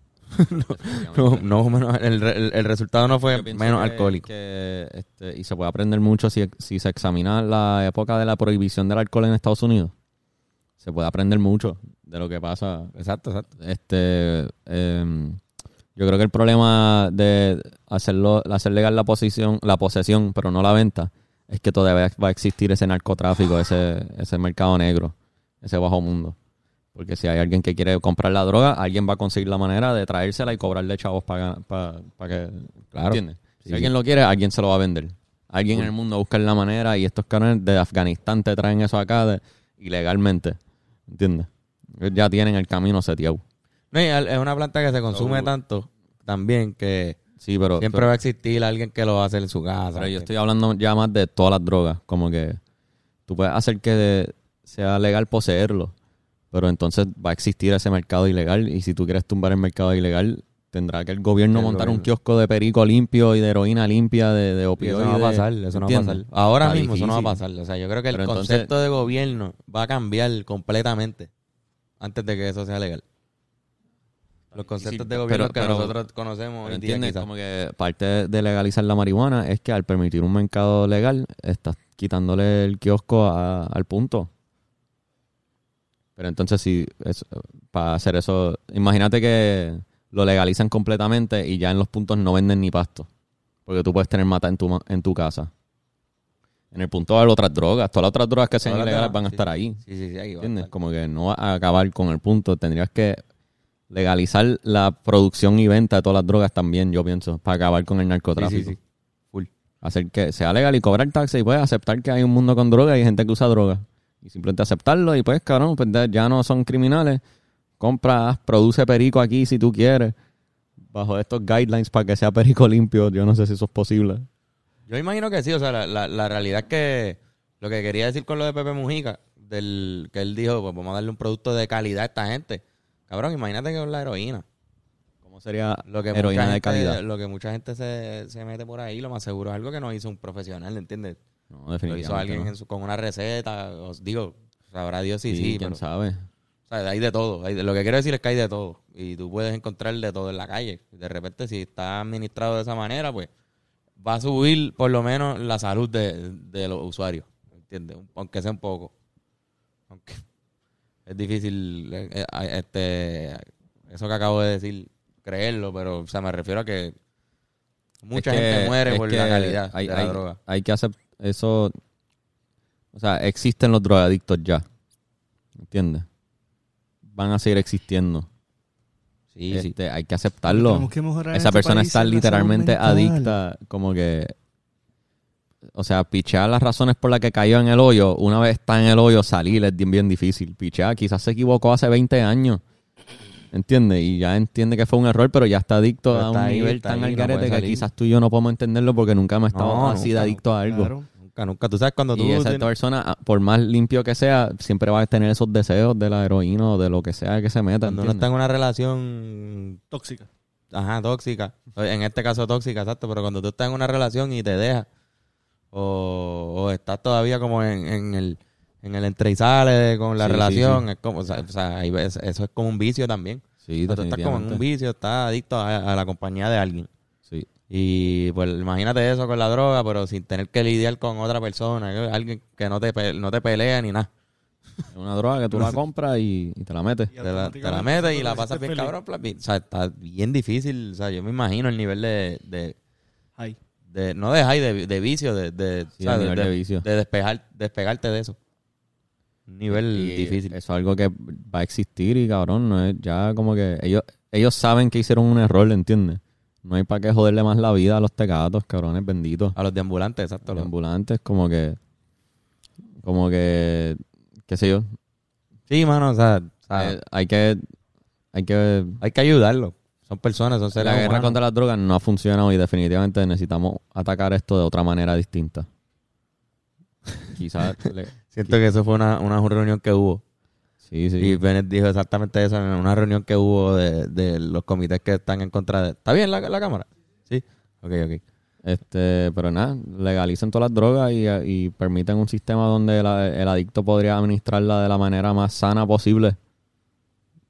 no, no hubo menos- el, re- el- el resultado no fue
Yo pienso
menos
que-
alcohólico.
que, este, y se puede aprender mucho si, si se examina la época de la prohibición del alcohol en Estados Unidos. Se puede aprender mucho de lo que pasa.
Exacto, exacto.
Este, em, yo creo que el problema de hacerlo, hacer legal la posición, la posesión, pero no la venta, es que todavía va a existir ese narcotráfico, ese, ese mercado negro, ese bajo mundo. Porque si hay alguien que quiere comprar la droga, alguien va a conseguir la manera de traérsela y cobrarle chavos para que.
Claro.
¿Entiendes?
Sí,
si alguien lo quiere, alguien se lo va a vender. Alguien en el mundo busca la manera y estos canales de Afganistán te traen eso acá de- ilegalmente. ¿Entiendes? Ellos Ya tienen el camino seteado.
No, y al- es una planta que se consume tanto también que
Sí, pero.
siempre va a existir alguien que lo va a hacer en su casa.
Pero yo estoy hablando ya más de todas las drogas. Como que tú puedes hacer que de- sea legal poseerlo, pero entonces va a existir ese mercado ilegal. Y si tú quieres tumbar el mercado ilegal, tendrá que el gobierno
El
montar un
gobierno.
kiosco de perico limpio y de heroína limpia, de, de
Y eso
opioides.
no va a pasar, eso no va a pasar.
¿Entiendes?
Ahora
Está
mismo eso no va a
difícil.
pasar. O sea, yo creo que el
Pero entonces-
concepto de gobierno va a cambiar completamente antes de que eso sea legal. Los conceptos de gobierno
pero-
que
pero-
nosotros conocemos hoy
Pero
en día
¿Entiendes?
quizás.
Como que parte de legalizar la marihuana es que al permitir un mercado legal, estás quitándole el kiosco a- al punto. Pero entonces, si es- para hacer eso, imagínate que lo legalizan completamente y ya en los puntos no venden ni pasto. Porque tú puedes tener mata en tu, ma- en tu casa. En el punto de las otras drogas, todas las otras drogas que sean
Ahora te
ilegales
va-
van a
sí.
estar ahí.
Sí, sí, sí, ahí va a
¿Entiendes?
estar.
Como que no va a acabar con el punto. Tendrías que legalizar la producción y venta de todas las drogas también, yo pienso, para acabar con el narcotráfico.
Sí, sí, sí. Full.
Hacer que sea legal y cobrar taxes y pues aceptar que hay un mundo con drogas y gente que usa drogas. Y simplemente aceptarlo y pues, cabrón, pues, ya no son criminales. Compras, produce perico aquí si tú quieres. Bajo estos guidelines para que sea perico <laughs> limpio. Yo no sé si eso es posible.
Yo imagino que sí, o sea, la, la- la realidad es que lo que quería decir con lo de Pepe Mujica, del que él dijo, pues vamos a darle un producto de calidad a esta gente. Cabrón, imagínate que es la heroína.
¿Cómo sería
Lo que
heroína
mucha
de
gente-
calidad?
Lo que mucha gente se, se mete por ahí, lo más seguro es algo que no hizo un profesional, ¿entiendes?
No,
Lo
definitivamente
hizo alguien
no.
en su- con una receta, os digo, sabrá Dios si
Sí,
sí,
quién
pero,
sabe.
o sea, hay de todo. hay de- lo que quiero decir es que hay de todo. Y tú puedes encontrar de todo en la calle. De repente, si está administrado de esa manera, pues va a subir por lo menos la salud de, de los usuarios. ¿Entiendes? Un- Aunque sea un poco. Aunque <laughs> es difícil eh, eh, a- este eso que acabo de decir, creerlo, pero o sea, me refiero a que mucha
Es que-
gente muere
es
por
que
la calidad
hay,
de la
hay-
droga.
Hay que hacer eso. O sea, existen los drogadictos ya. ¿Entiendes? Van a seguir existiendo.
Sí, sí.
Este, Hay que aceptarlo.
Tenemos que mejorar en
Esa
este
persona
país
está
en la salud
literalmente
mental.
adicta, como que. O sea, pichar las razones por las que cayó en el hoyo, una vez está en el hoyo, salir es bien, bien difícil. Pichar, quizás se equivocó hace 20 años. ¿Entiendes? Y ya entiende que fue un error, pero ya está adicto
Pero
a
está
un
ahí,
nivel
está
tan
ahí, no
al garete
puede
que
salir.
quizás tú y yo no podemos entenderlo porque nunca hemos estado
No,
así
nunca,
de adicto a algo.
Claro.
Nunca, nunca. Tú sabes cuando tú
Y esa
tienes-
esta persona, ah, por más limpio que sea, siempre va a tener esos deseos de la heroína o de lo que sea que se meta.
cuando uno está
¿entiendes?
en una relación
Tóxica.
Ajá, tóxica. En este caso tóxica, exacto. Pero cuando tú estás en una relación y te dejas, o, o estás todavía como en, en el en el entre y sale de- con la
Sí, sí,
relación, es como, o sea, o sea, ahí ves- eso es como un vicio también.
Sí,
Cuando tú estás como en un
definitivamente.
vicio, estás adicto a, a la compañía de alguien.
Sí.
Y pues imagínate eso con la droga, pero sin tener que lidiar con otra persona, que- alguien que no te, pe- no te pelea ni nada.
Es una droga que tú la compras y, y te la metes.
Te la, te la metes y la pasas bien cabrón. pla- O sea, está bien difícil. O sea, yo me imagino el nivel de- de,
Ay.
de no de high, de, de vicio, de, de,
Sí, a nivel de vicio.
de despejar, despegarte de eso. Un nivel
Y
difícil.
Eso es algo que va a existir y cabrón, no es- ya como que ellos, ellos saben que hicieron un error, ¿entiendes? No hay para qué joderle más la vida a los tecatos, cabrones benditos.
a los de ambulantes, exacto.
Los
los-
ambulantes, como que, como que, qué sé yo,
Sí, mano, o sea, o sea,
eh, hay que, hay que
hay que ayudarlos. Son personas, son seres
la guerra
humanos.
contra las drogas no ha funcionado y definitivamente necesitamos atacar esto de otra manera <laughs> distinta. Quizás. le-
Siento que eso fue una, una reunión que hubo.
sí, sí.
Y Bennett dijo exactamente eso en una reunión que hubo de, de los comités que están en contra de... ¿Está bien la, la cámara? Sí. Ok, ok.
Este, pero nada, legalicen todas las drogas y, y permiten un sistema donde la- el adicto podría administrarla de la manera más sana posible.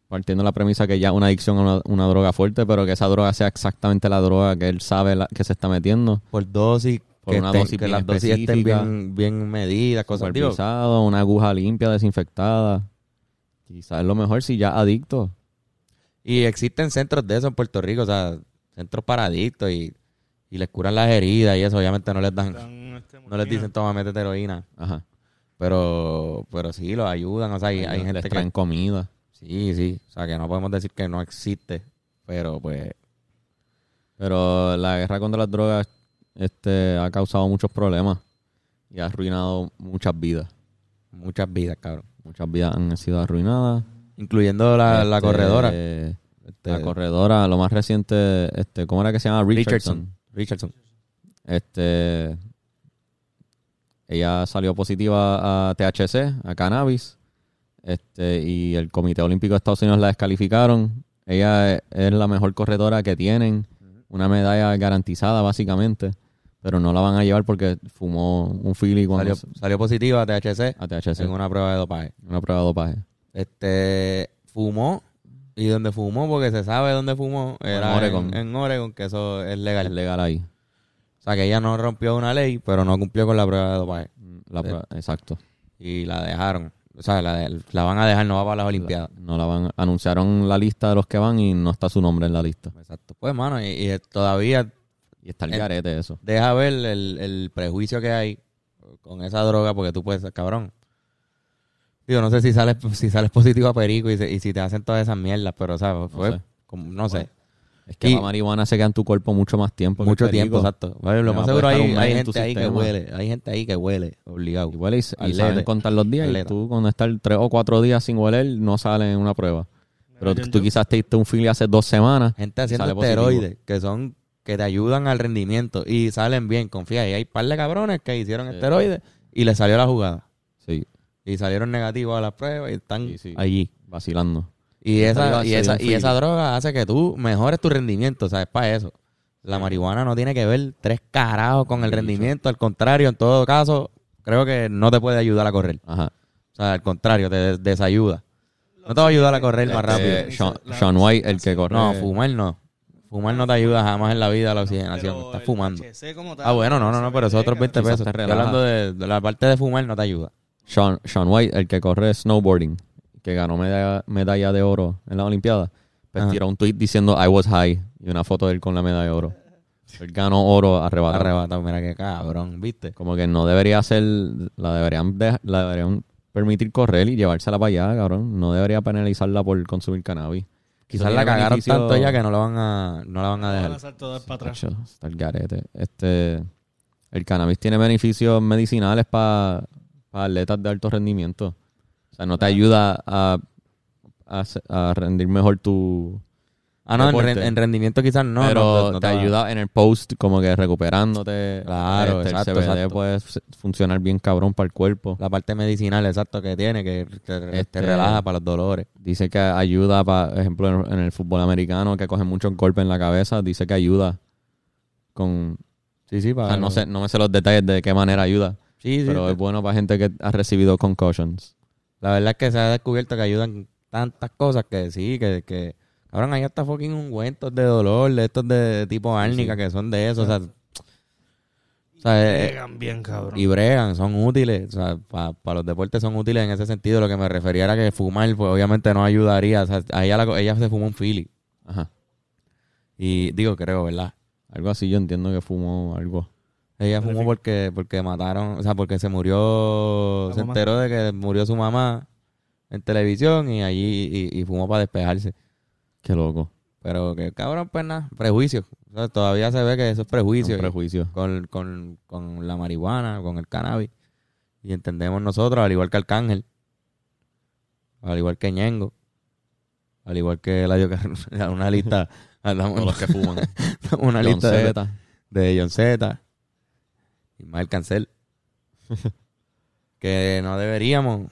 Partiendo de la premisa que ya una adicción a una, una droga fuerte, pero que esa droga sea exactamente la droga que él sabe la- que se está metiendo.
Por dosis,
Por
que,
una
estén-
dosis
que
bien
las dosis estén
específica.
bien, bien medidas, cosas digo,
Supervisado, una aguja limpia, desinfectada. Quizás lo mejor si ya adicto.
Y existen centros de eso en Puerto Rico, o sea, centros para adictos y, y les curan las heridas y eso, obviamente no les dan,
Están, este,
no les dicen toma, métete heroína.
Ajá.
Pero, pero sí, los ayudan, o sea, hay, hay
Les
gente que
traen comida.
Sí, sí. O sea, que no podemos decir que no existe. Pero pues.
Pero la guerra contra las drogas este, ha causado muchos problemas y ha arruinado muchas vidas.
Muchas vidas, cabrón.
Muchas vidas han sido arruinadas.
Incluyendo la, la
Este,
corredora.
la
Este,
corredora, lo más reciente, este, ¿cómo era que se llama? Richardson.
Richardson. Richardson.
Este, ella salió positiva a THC, a cannabis, este, y el Comité Olímpico de Estados Unidos la descalificaron. Ella e- es la mejor corredora que tienen, una medalla garantizada básicamente, pero no la van a llevar porque fumó un fili cuando
Salió, salió positiva a THC
a THC,
en
una,
una prueba de dopaje.
prueba de dopaje.
Este. Fumó. Y donde fumó, porque se sabe dónde fumó, era en
Oregon.
En, Oregon, que eso es legal.
Es legal ahí.
O sea, que ella no rompió una ley, pero no cumplió con la prueba de dopaje.
La prueba- Exacto.
Y la dejaron. O sea, la, de- la van a dejar, no va para las Olimpiadas.
No la van, anunciaron la lista de los que van y no está su nombre en la lista.
Exacto. Pues, mano, y- y todavía
Y está el
En-
garete eso.
deja ver el, el prejuicio que hay con esa droga porque tú puedes, cabrón. Digo, no sé si sales, si sales positivo a perico y, se- y si te hacen todas esas mierdas, pero, o sea, fue
sé.
como- no sé.
Es que
Y-
la marihuana se queda en tu cuerpo mucho más tiempo. que
mucho
el perico.
tiempo, exacto. Vale, lo
Ya
más
puede
seguro
estar un
hay,
mes
hay
en tu
gente ahí que
sistema.
huele, hay gente ahí que huele, obligado.
Y huele y, s- y
Atleta.
saben contar los días.
Atleta.
Y tú, cuando estar tres o cuatro días sin hueler, no sale en una prueba. Pero
yo-
tú, tú quizás te diste un fili hace dos semanas.
Gente
sale
haciendo
positivo.
esteroides que son que te ayudan al rendimiento y salen bien, confía. Y hay par de cabrones que hicieron esteroides y les salió la jugada.
Sí,
Y salieron negativos a la prueba y están
Sí, sí.
allí.
vacilando.
Y
Salió-
esa, y,
salió
esa,
un
y esa
feeling.
droga hace que tú mejores tu rendimiento, o sea, es para eso. La marihuana no tiene que ver tres carajos con el
Sí,
rendimiento, al contrario, en todo caso, creo que no te puede ayudar a correr.
Ajá.
O sea, al contrario, te des- desayuda. No te va a ayudar a correr más rápido.
Eh, Sean, Sean White, el que corre. eh,
No, fumar no. Fumar no te ayuda jamás en la vida a la oxigenación.
Pero
Estás
el
fumando.
THC como tal,
Ah, bueno, no, no, no, pero esos otros
cabrón.
20
Quizás
pesos.
te
Estoy
relaja.
hablando de, de la parte de fumar no te ayuda.
Sean, Sean White, el que corre snowboarding, que ganó medalla, medalla de oro en la Olimpiada, pues
Ajá.
tiró un tweet diciendo I was high y una foto de él con la medalla de oro. Él ganó oro arrebatado.
Arrebatado, mira qué cabrón, ¿viste?
Como que no debería ser, la deberían, de- la deberían permitir correr y llevársela para allá, cabrón. No debería penalizarla por consumir cannabis.
Quizás la cagaron tanto ya que no la van a, no la van a
Van
dejar.
a saltar todas para atrás.
Tacho, está el garete. Este, el cannabis tiene beneficios medicinales para atletas de alto rendimiento. O sea, no te ayuda a, a, se- a rendir mejor tu...
Ah, no, en,
deporte.
ren- en rendimiento quizás no.
pero
no, no
te
va-
ayuda en el post como que recuperándote.
Claro,
Este,
exacto,
El CBD
exacto.
puede f- funcionar bien cabrón para el cuerpo.
La parte medicinal, exacto, que tiene, que te, te
Este-
relaja para los dolores.
Dice que ayuda, por ejemplo, en- en el fútbol americano, que cogen muchos golpes en la cabeza, dice que ayuda con...
Sí, sí,
o
para.
sea, no, sé, no me sé los detalles de qué manera ayuda,
Sí, sí.
pero es bueno para gente que ha recibido concussions.
La verdad es que se ha descubierto que ayudan tantas cosas que sí, que. que cabrón, hay hasta fucking ungüentos de dolor, de estos de tipo árnica que son de eso, o sea. o sea, eh,
Pegan bien, cabrón.
y bregan, son útiles, o sea, para los deportes son útiles en ese sentido. Lo que me refería era que fumar, pues obviamente no ayudaría. O sea, a ella, la co- ella se fumó un Philly.
Ajá.
Y digo, creo, ¿verdad?
Algo así yo entiendo que fumó algo.
Ella fumó porque, porque mataron, o sea, porque se murió,
La
se
mamá.
enteró de que murió su mamá en televisión y allí y, y fumó para despejarse.
Qué loco.
Pero que cabrón, pues nada, prejuicio. O sea, todavía se ve que eso es prejuicio.
Un
y- <laughs>
prejuicio.
con, con, con la marihuana, con el cannabis. Y entendemos nosotros, al igual que Arcángel, al igual que Ñengo, al igual que <laughs> la una lista,
<laughs> Todos los que fuman.
una
John
lista de,
Zeta.
de John Z y más el
<laughs>
cancel. que no deberíamos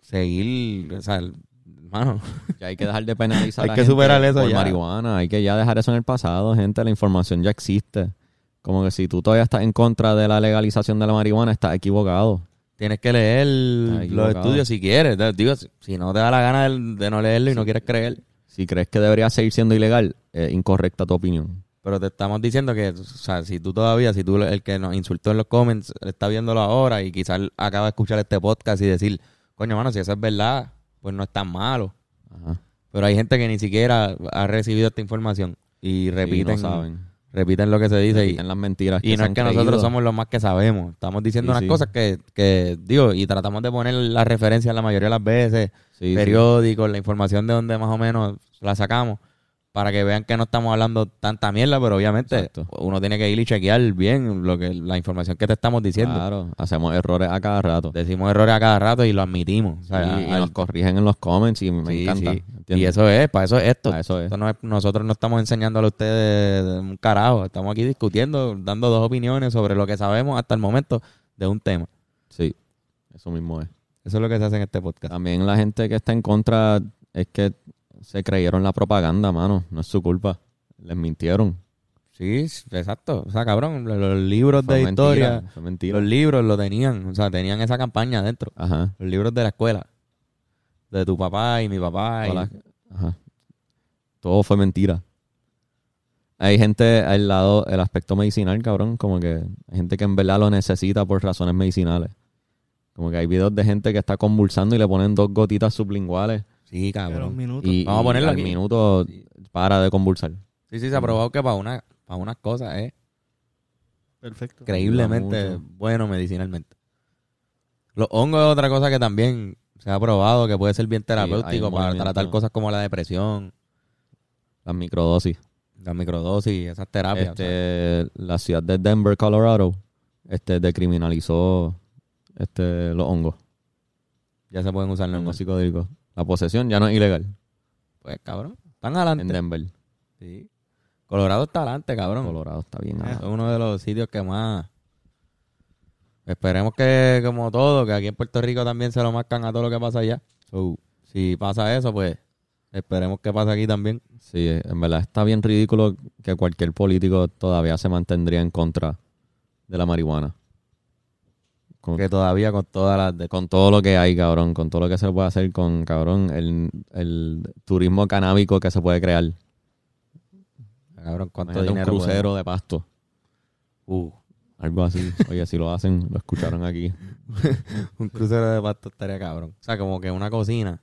seguir, o sea, el- hermano,
Ya hay que dejar
<laughs>
de penalizar
Hay
a
que
gente
superar eso
por
ya.
marihuana. Hay que ya dejar eso en el pasado, gente. La información ya existe. Como que si tú todavía estás en contra de la legalización de la marihuana, estás equivocado.
Tienes que leer los
equivocado.
estudios si quieres. Te- Digo, si- si no te da la gana de, de no leerlo y no quieres creer.
Si crees que debería seguir siendo ilegal, es incorrecta tu opinión.
Pero te estamos diciendo que, o sea, si tú todavía, si tú el que nos insultó en los comments está viéndolo ahora y quizás acaba de escuchar este podcast y decir, coño, mano, si eso es verdad, pues no es tan malo.
Ajá.
Pero hay gente que ni siquiera ha recibido esta información y repiten,
no saben.
repiten lo que se dice. y-
Repiten las mentiras.
y no
se
es
han
que nosotros
creído.
somos los más que sabemos. Estamos diciendo
Sí,
unas
sí.
cosas que, que, digo, y tratamos de poner las referencias la mayoría de las veces,
Sí, sí.
periódicos, la información de donde más o menos la sacamos, para que vean que no estamos hablando tanta mierda, pero obviamente
Exacto.
uno tiene que ir y chequear bien lo que la información que te estamos diciendo.
Claro, hacemos errores a cada rato.
Decimos errores a cada rato y lo admitimos. O sea,
y, y
al-
nos corrigen en los comments y me
Sí,
encanta.
sí.
¿entiendes?
Y eso es, para eso es esto.
Para eso es.
Esto no es- nosotros no estamos enseñándole a ustedes un carajo. Estamos aquí discutiendo, dando dos opiniones sobre lo que sabemos hasta el momento de un tema.
Sí, eso mismo es.
Eso es lo que se hace en este podcast.
También la gente que está en contra es que se creyeron la propaganda, mano. No es su culpa. Les mintieron.
Sí, sí, exacto. O sea, cabrón, lo- los libros
Fue
de
mentira,
historia,
Fue mentira.
los libros lo tenían. O sea, tenían esa campaña adentro.
Ajá.
Los libros de la escuela. De tu papá y mi papá. y-
Todas las- ajá. Todo fue mentira. Hay gente al lado, el aspecto medicinal, cabrón, como que hay gente que en verdad lo necesita por razones medicinales. Como que hay videos de gente que está convulsando y le ponen dos gotitas sublinguales
Sí,
De los
cabrón.
minutos.
y,
Vamos a ponerlo
y al
aquí.
minuto para de convulsar.
Sí, sí, se ha probado que para una, para unas cosas es
Perfecto.
increíblemente
mucho.
bueno medicinalmente. Los hongos es otra cosa que también se ha probado que puede ser bien
hay
terapéutico
un
para
movimiento.
tratar cosas como la depresión,
Las microdosis.
la microdosis, esas terapias. ¿sabes?
Este, la ciudad de Denver, Colorado, este decriminalizó este, los hongos,
Ya se pueden usar los
hongos
hongos.
psicodélicos. La posesión ya no es ilegal
Pues cabrón, están adelante.
en Denver.
Sí. Colorado está adelante, cabrón.
Colorado está bien.
Es
adelante.
uno de los sitios que más. Esperemos que, como todo, que aquí en Puerto Rico también se lo marcan a todo lo que pasa allá. So, si pasa eso, pues esperemos que pase aquí también.
Sí, en verdad está bien ridículo que cualquier político todavía se mantendría en contra de la marihuana. Con,
Que todavía con todas las. de-
con todo lo que hay, cabrón, con todo lo que se puede hacer con, cabrón, el, el turismo canábico que se puede crear.
Cabrón, cuánto
Imagínate un
dinero. Uh,
crucero de pasto,
podemos-
algo así. Oye, si lo hacen, lo escucharon aquí.
Uh, <laughs> un crucero de pasto estaría cabrón. O sea, como que una cocina.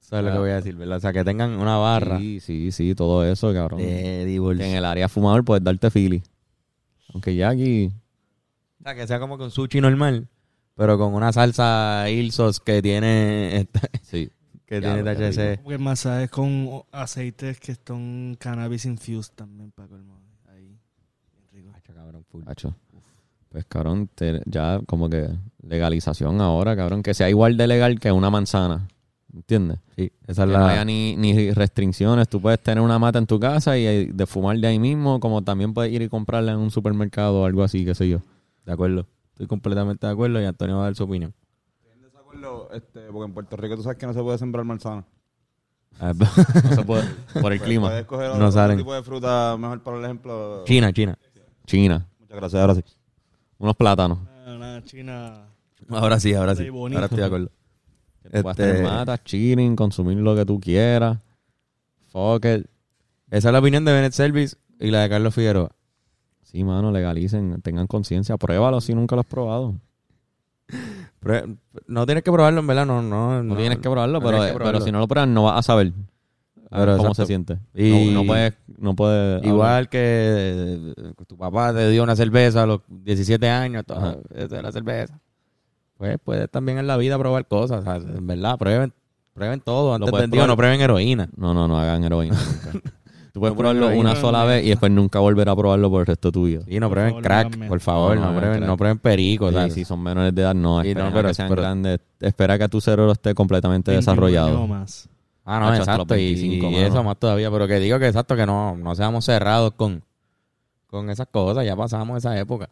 ¿Sabes lo que
Ah.
voy a decir, verdad? O sea, que tengan una <laughs> barra
Sí, sí, sí, todo eso, cabrón.
de
Que en
divorcio.
el área fumador puedes darte fili. Aunque ya
<laughs>
aquí...
O sea, que sea como con sushi normal, pero con una salsa Ilsos que tiene.
Sí.
que
Diablo,
tiene
qué rico.
THC.
Como que el masaje es con o- aceites que están cannabis infused también, Paco, hermano. Ahí. Bien rico.
Hacho, cabrón, full.
Hacho. Pues cabrón, te- ya como que legalización ahora, cabrón, que sea igual de legal que una manzana. ¿Entiendes?
Sí, esa
Que
es
no haya
la.
ni, ni restricciones. Tú puedes tener una mata en tu casa y eh, de fumar de ahí mismo, como también puedes ir y comprarla en un supermercado o algo así, qué sé yo.
De acuerdo. Estoy completamente de acuerdo y Antonio va a dar su opinión.
acuerdo, este, porque en Puerto Rico tú sabes que no se puede sembrar manzana.
Ah,
pues, <laughs> No se puede, por el clima.
Puedes coger
No
otro, otro
salen.
tipo de fruta, mejor para el ejemplo.
China, China.
China.
Muchas gracias, ahora sí.
Unos plátanos.
Una, una Ah, china.
Ahora sí, ahora sí.
Sí, bonito.
Ahora estoy de acuerdo.
Que tú puedas
Este-
tener matas, chilling, consumir lo que tú quieras. Fuck it.
Esa es la opinión de Bennett Service y la de Carlos Figueroa.
Sí, mano, legalicen, tengan conciencia, pruébalo si nunca lo has probado.
Pero, eh, no tienes que probarlo, en verdad. No, no,
No, tienes que probarlo,
no
pero, eh,
tienes que
pero si no lo pruebas no vas a saber
Pero
cómo
exacto.
se siente.
Y-
No, no puedes, no puedes hablar.
Igual que eh, tu papá te dio una cerveza a los 17 años, todo,
Ajá.
esa es la cerveza. Pues puedes también en la vida probar cosas, o sea, en verdad, prueben, prueben todo. Antes
puedes
del día
probar.
no prueben heroína.
No, no, no hagan
<laughs>
heroína nunca. Tú puedes probarlo
heroína
una sola
nunca.
vez y después nunca volver a probarlo por el resto de tu vida.
Y no
Por
prueben
favor,
crack,
háganme.
por favor,
No,
no,
no hagan
prueben,
crack.
no prueben perico, o sea,
Y si son menores de edad, no,
Sí, no,
espera
pero-
que sean
pero-
grandes. Espera que tu cerebro esté completamente
21
desarrollado.
no más.
Ah, no,
Hacho, hasta los
exacto. y-
25,
y
mano.
eso más todavía. Pero que digo que exacto, que no, no seamos cerrados con, con esas cosas. Ya pasamos esa época.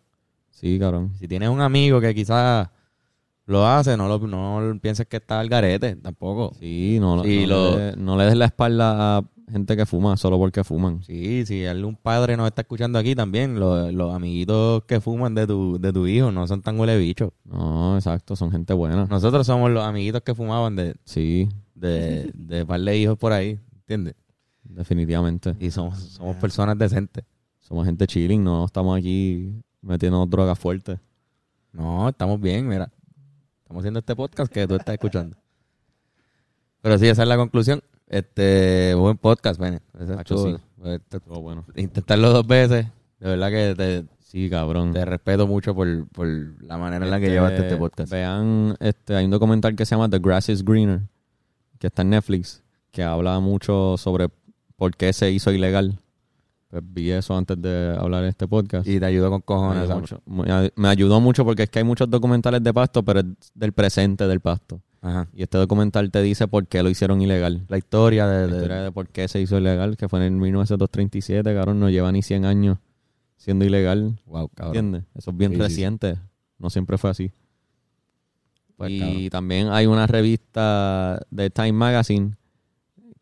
Sí, cabrón.
Si tienes un amigo que quizás lo hace, no lo no pienses que está al garete tampoco.
Sí, no,
Sí,
no,
lo-
le, no le des la espalda a, gente que fuma solo porque fuman.
Sí, si algún padre nos está escuchando aquí también, los, los amiguitos que fuman de tu, de tu hijo no son tan huele bicho.
No, exacto, son gente buena.
Nosotros somos los amiguitos que fumaban de,
Sí, <laughs>
de, de par de hijos por ahí, ¿entiendes?
definitivamente.
Y somos, somos personas decentes.
Somos gente chilling, no estamos aquí metiendo drogas fuertes.
No, estamos bien, mira. Estamos haciendo este podcast que tú estás escuchando. Pero sí, esa es la conclusión. Este, buen podcast, Bene. Ese
Hacho,
estuvo-
sí.
este-
Todo bueno.
intentarlo dos veces. De verdad que te,
Sí, cabrón.
te respeto mucho por, por la manera en la que
Mm. Este,
llevaste este podcast.
Vean, este, hay un documental que se llama The Grass is Greener, que está en Netflix, que habla mucho sobre por qué se hizo ilegal. Pues vi eso antes de hablar en este podcast.
Y te ayudo con
me,
cojones.
ayudó
Samuel.
mucho. Muy- me ayudó mucho porque es que hay muchos documentales de pasto, pero es del presente del pasto.
Ajá.
Y este documental te dice por qué lo hicieron ilegal.
La historia de...
La
de-
historia de por qué se hizo ilegal, que fue en el 1937, cabrón, no lleva ni 100 años siendo ilegal,
Wow, cabrón.
¿entiendes? Eso es bien
Sí, sí, sí.
reciente, no siempre fue así.
Pues,
y
cabrón.
también hay una revista de Time Magazine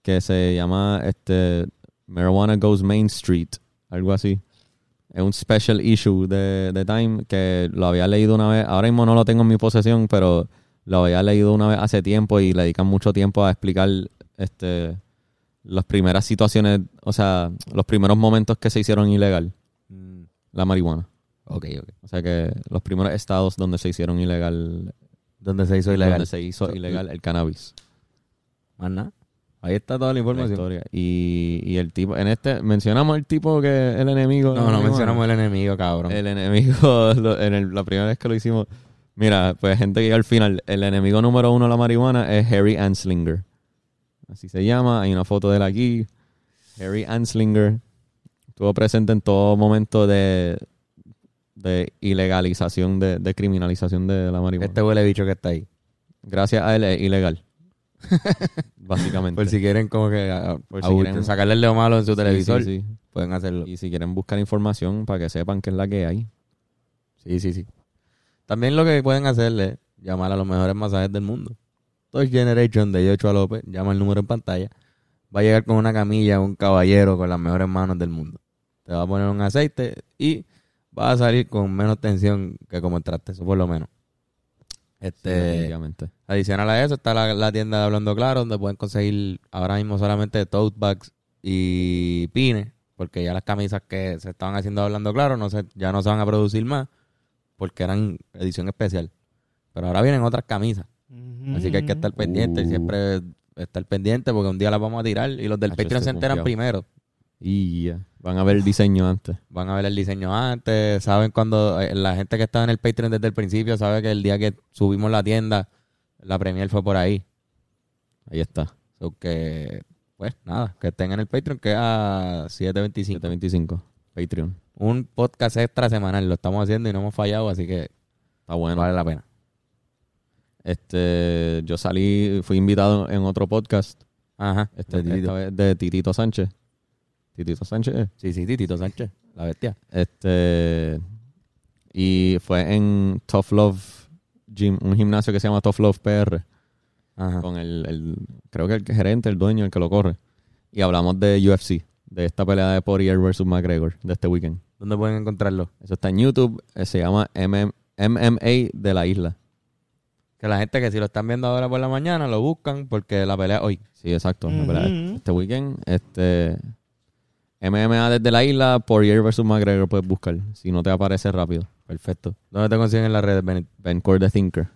que se llama este Marijuana Goes Main Street, algo así. Es un special issue de, de Time que lo había leído una vez. Ahora mismo no lo tengo en mi posesión, pero lo había leído una vez hace tiempo y le dedican mucho tiempo a explicar este las primeras situaciones, o sea, los primeros momentos que se hicieron ilegal
Mm,
la marihuana.
Ok, ok.
O sea que los primeros estados donde se hicieron ilegal
¿Dónde se hizo ilegal?
donde se hizo
So-
ilegal el cannabis.
Más nada. Ahí está toda la
la
información.
historia. Y, y el tipo, en este, mencionamos el tipo que es el enemigo. de
No, no
la marihuana?
mencionamos el enemigo, cabrón.
El enemigo, <laughs> lo- en el- la primera vez que lo hicimos. Mira, pues gente que llega al final, el enemigo número uno de la marihuana es Harry Anslinger. Así se llama, hay una foto de él aquí. Harry Anslinger estuvo presente en todo momento de, de ilegalización, de, de criminalización de la marihuana.
Este huele bicho que está ahí.
Gracias a él
<laughs>
es ilegal. Básicamente.
Por si quieren como que a-
Por si
a-
quieren-
sacarle el dedo malo en su
Sí,
televisor,
sí, sí.
pueden hacerlo.
Y si quieren buscar información para que sepan qué es la que hay.
Sí, sí, sí. También lo que pueden hacer es llamar a los mejores masajes del mundo. Touch Generation de Yochoa López, llama el número en pantalla. Va a llegar con una camilla, un caballero con las mejores manos del mundo. Te va a poner un aceite y va a salir con menos tensión que como entraste, eso por lo menos. Este,
Definitivamente.
Adicional a eso está la, la tienda de Hablando Claro, donde pueden conseguir ahora mismo solamente tote bags y pines, porque ya las camisas que se estaban haciendo de Hablando Claro no se, ya no se van a producir más, porque eran edición especial. Pero ahora vienen otras camisas, así que hay que estar pendiente,
Uh.
siempre estar pendiente, porque un día las vamos a tirar y los del
Ah, yo
Patreon se
estoy
enteran
confiado.
primero.
Y ya. van a ver el diseño antes.
Van a ver el diseño antes, saben cuando eh, la gente que estaba en el Patreon desde el principio sabe que el día que subimos la tienda, la premier fue por ahí.
Ahí está.
So que, pues nada, que estén en el Patreon, que es a 725.
725. Patreon.
Un podcast extra semanal, lo estamos haciendo y no hemos fallado, así que
Está bueno.
vale la pena.
Este, yo salí, fui invitado en otro podcast.
Ajá. de
Este,
Titito.
esta vez de Titito Sánchez. Titito Sánchez. eh.
Sí, sí, Titito Sánchez, la bestia.
Este. Y fue en Tough Love Gym, un gimnasio que se llama Tough Love PR.
Ajá.
con el, el- creo que el gerente, el dueño, el que lo corre. Y hablamos de UFC, de esta pelea de Poirier versus McGregor de este weekend.
¿Dónde pueden encontrarlo?
Eso está en YouTube, eh, se llama MM MMA de la isla.
Que la gente que si lo están viendo ahora por la mañana lo buscan porque la pelea hoy.
Sí, exacto, la
Ujú.
pelea de este weekend. Este MMA desde la isla, Poirier versus McGregor puedes buscar, si no te aparece rápido.
Perfecto. ¿Dónde te consiguen en las redes, Benito?
Ben Core the Thinker.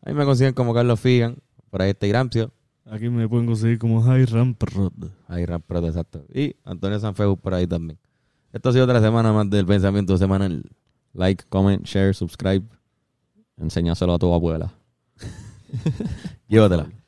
A mí me consiguen como Carlos Figan, por ahí está Igramcio.
Aquí me pueden conseguir como High Ramprod.
Ahí Ram Prado, exacto. Y Antonio Sanfeu por ahí también. Esto ha sido otra semana más del pensamiento semanal.
Like, comment, <laughs> share, subscribe. Enséñaselo a tu abuela.
Llévatela.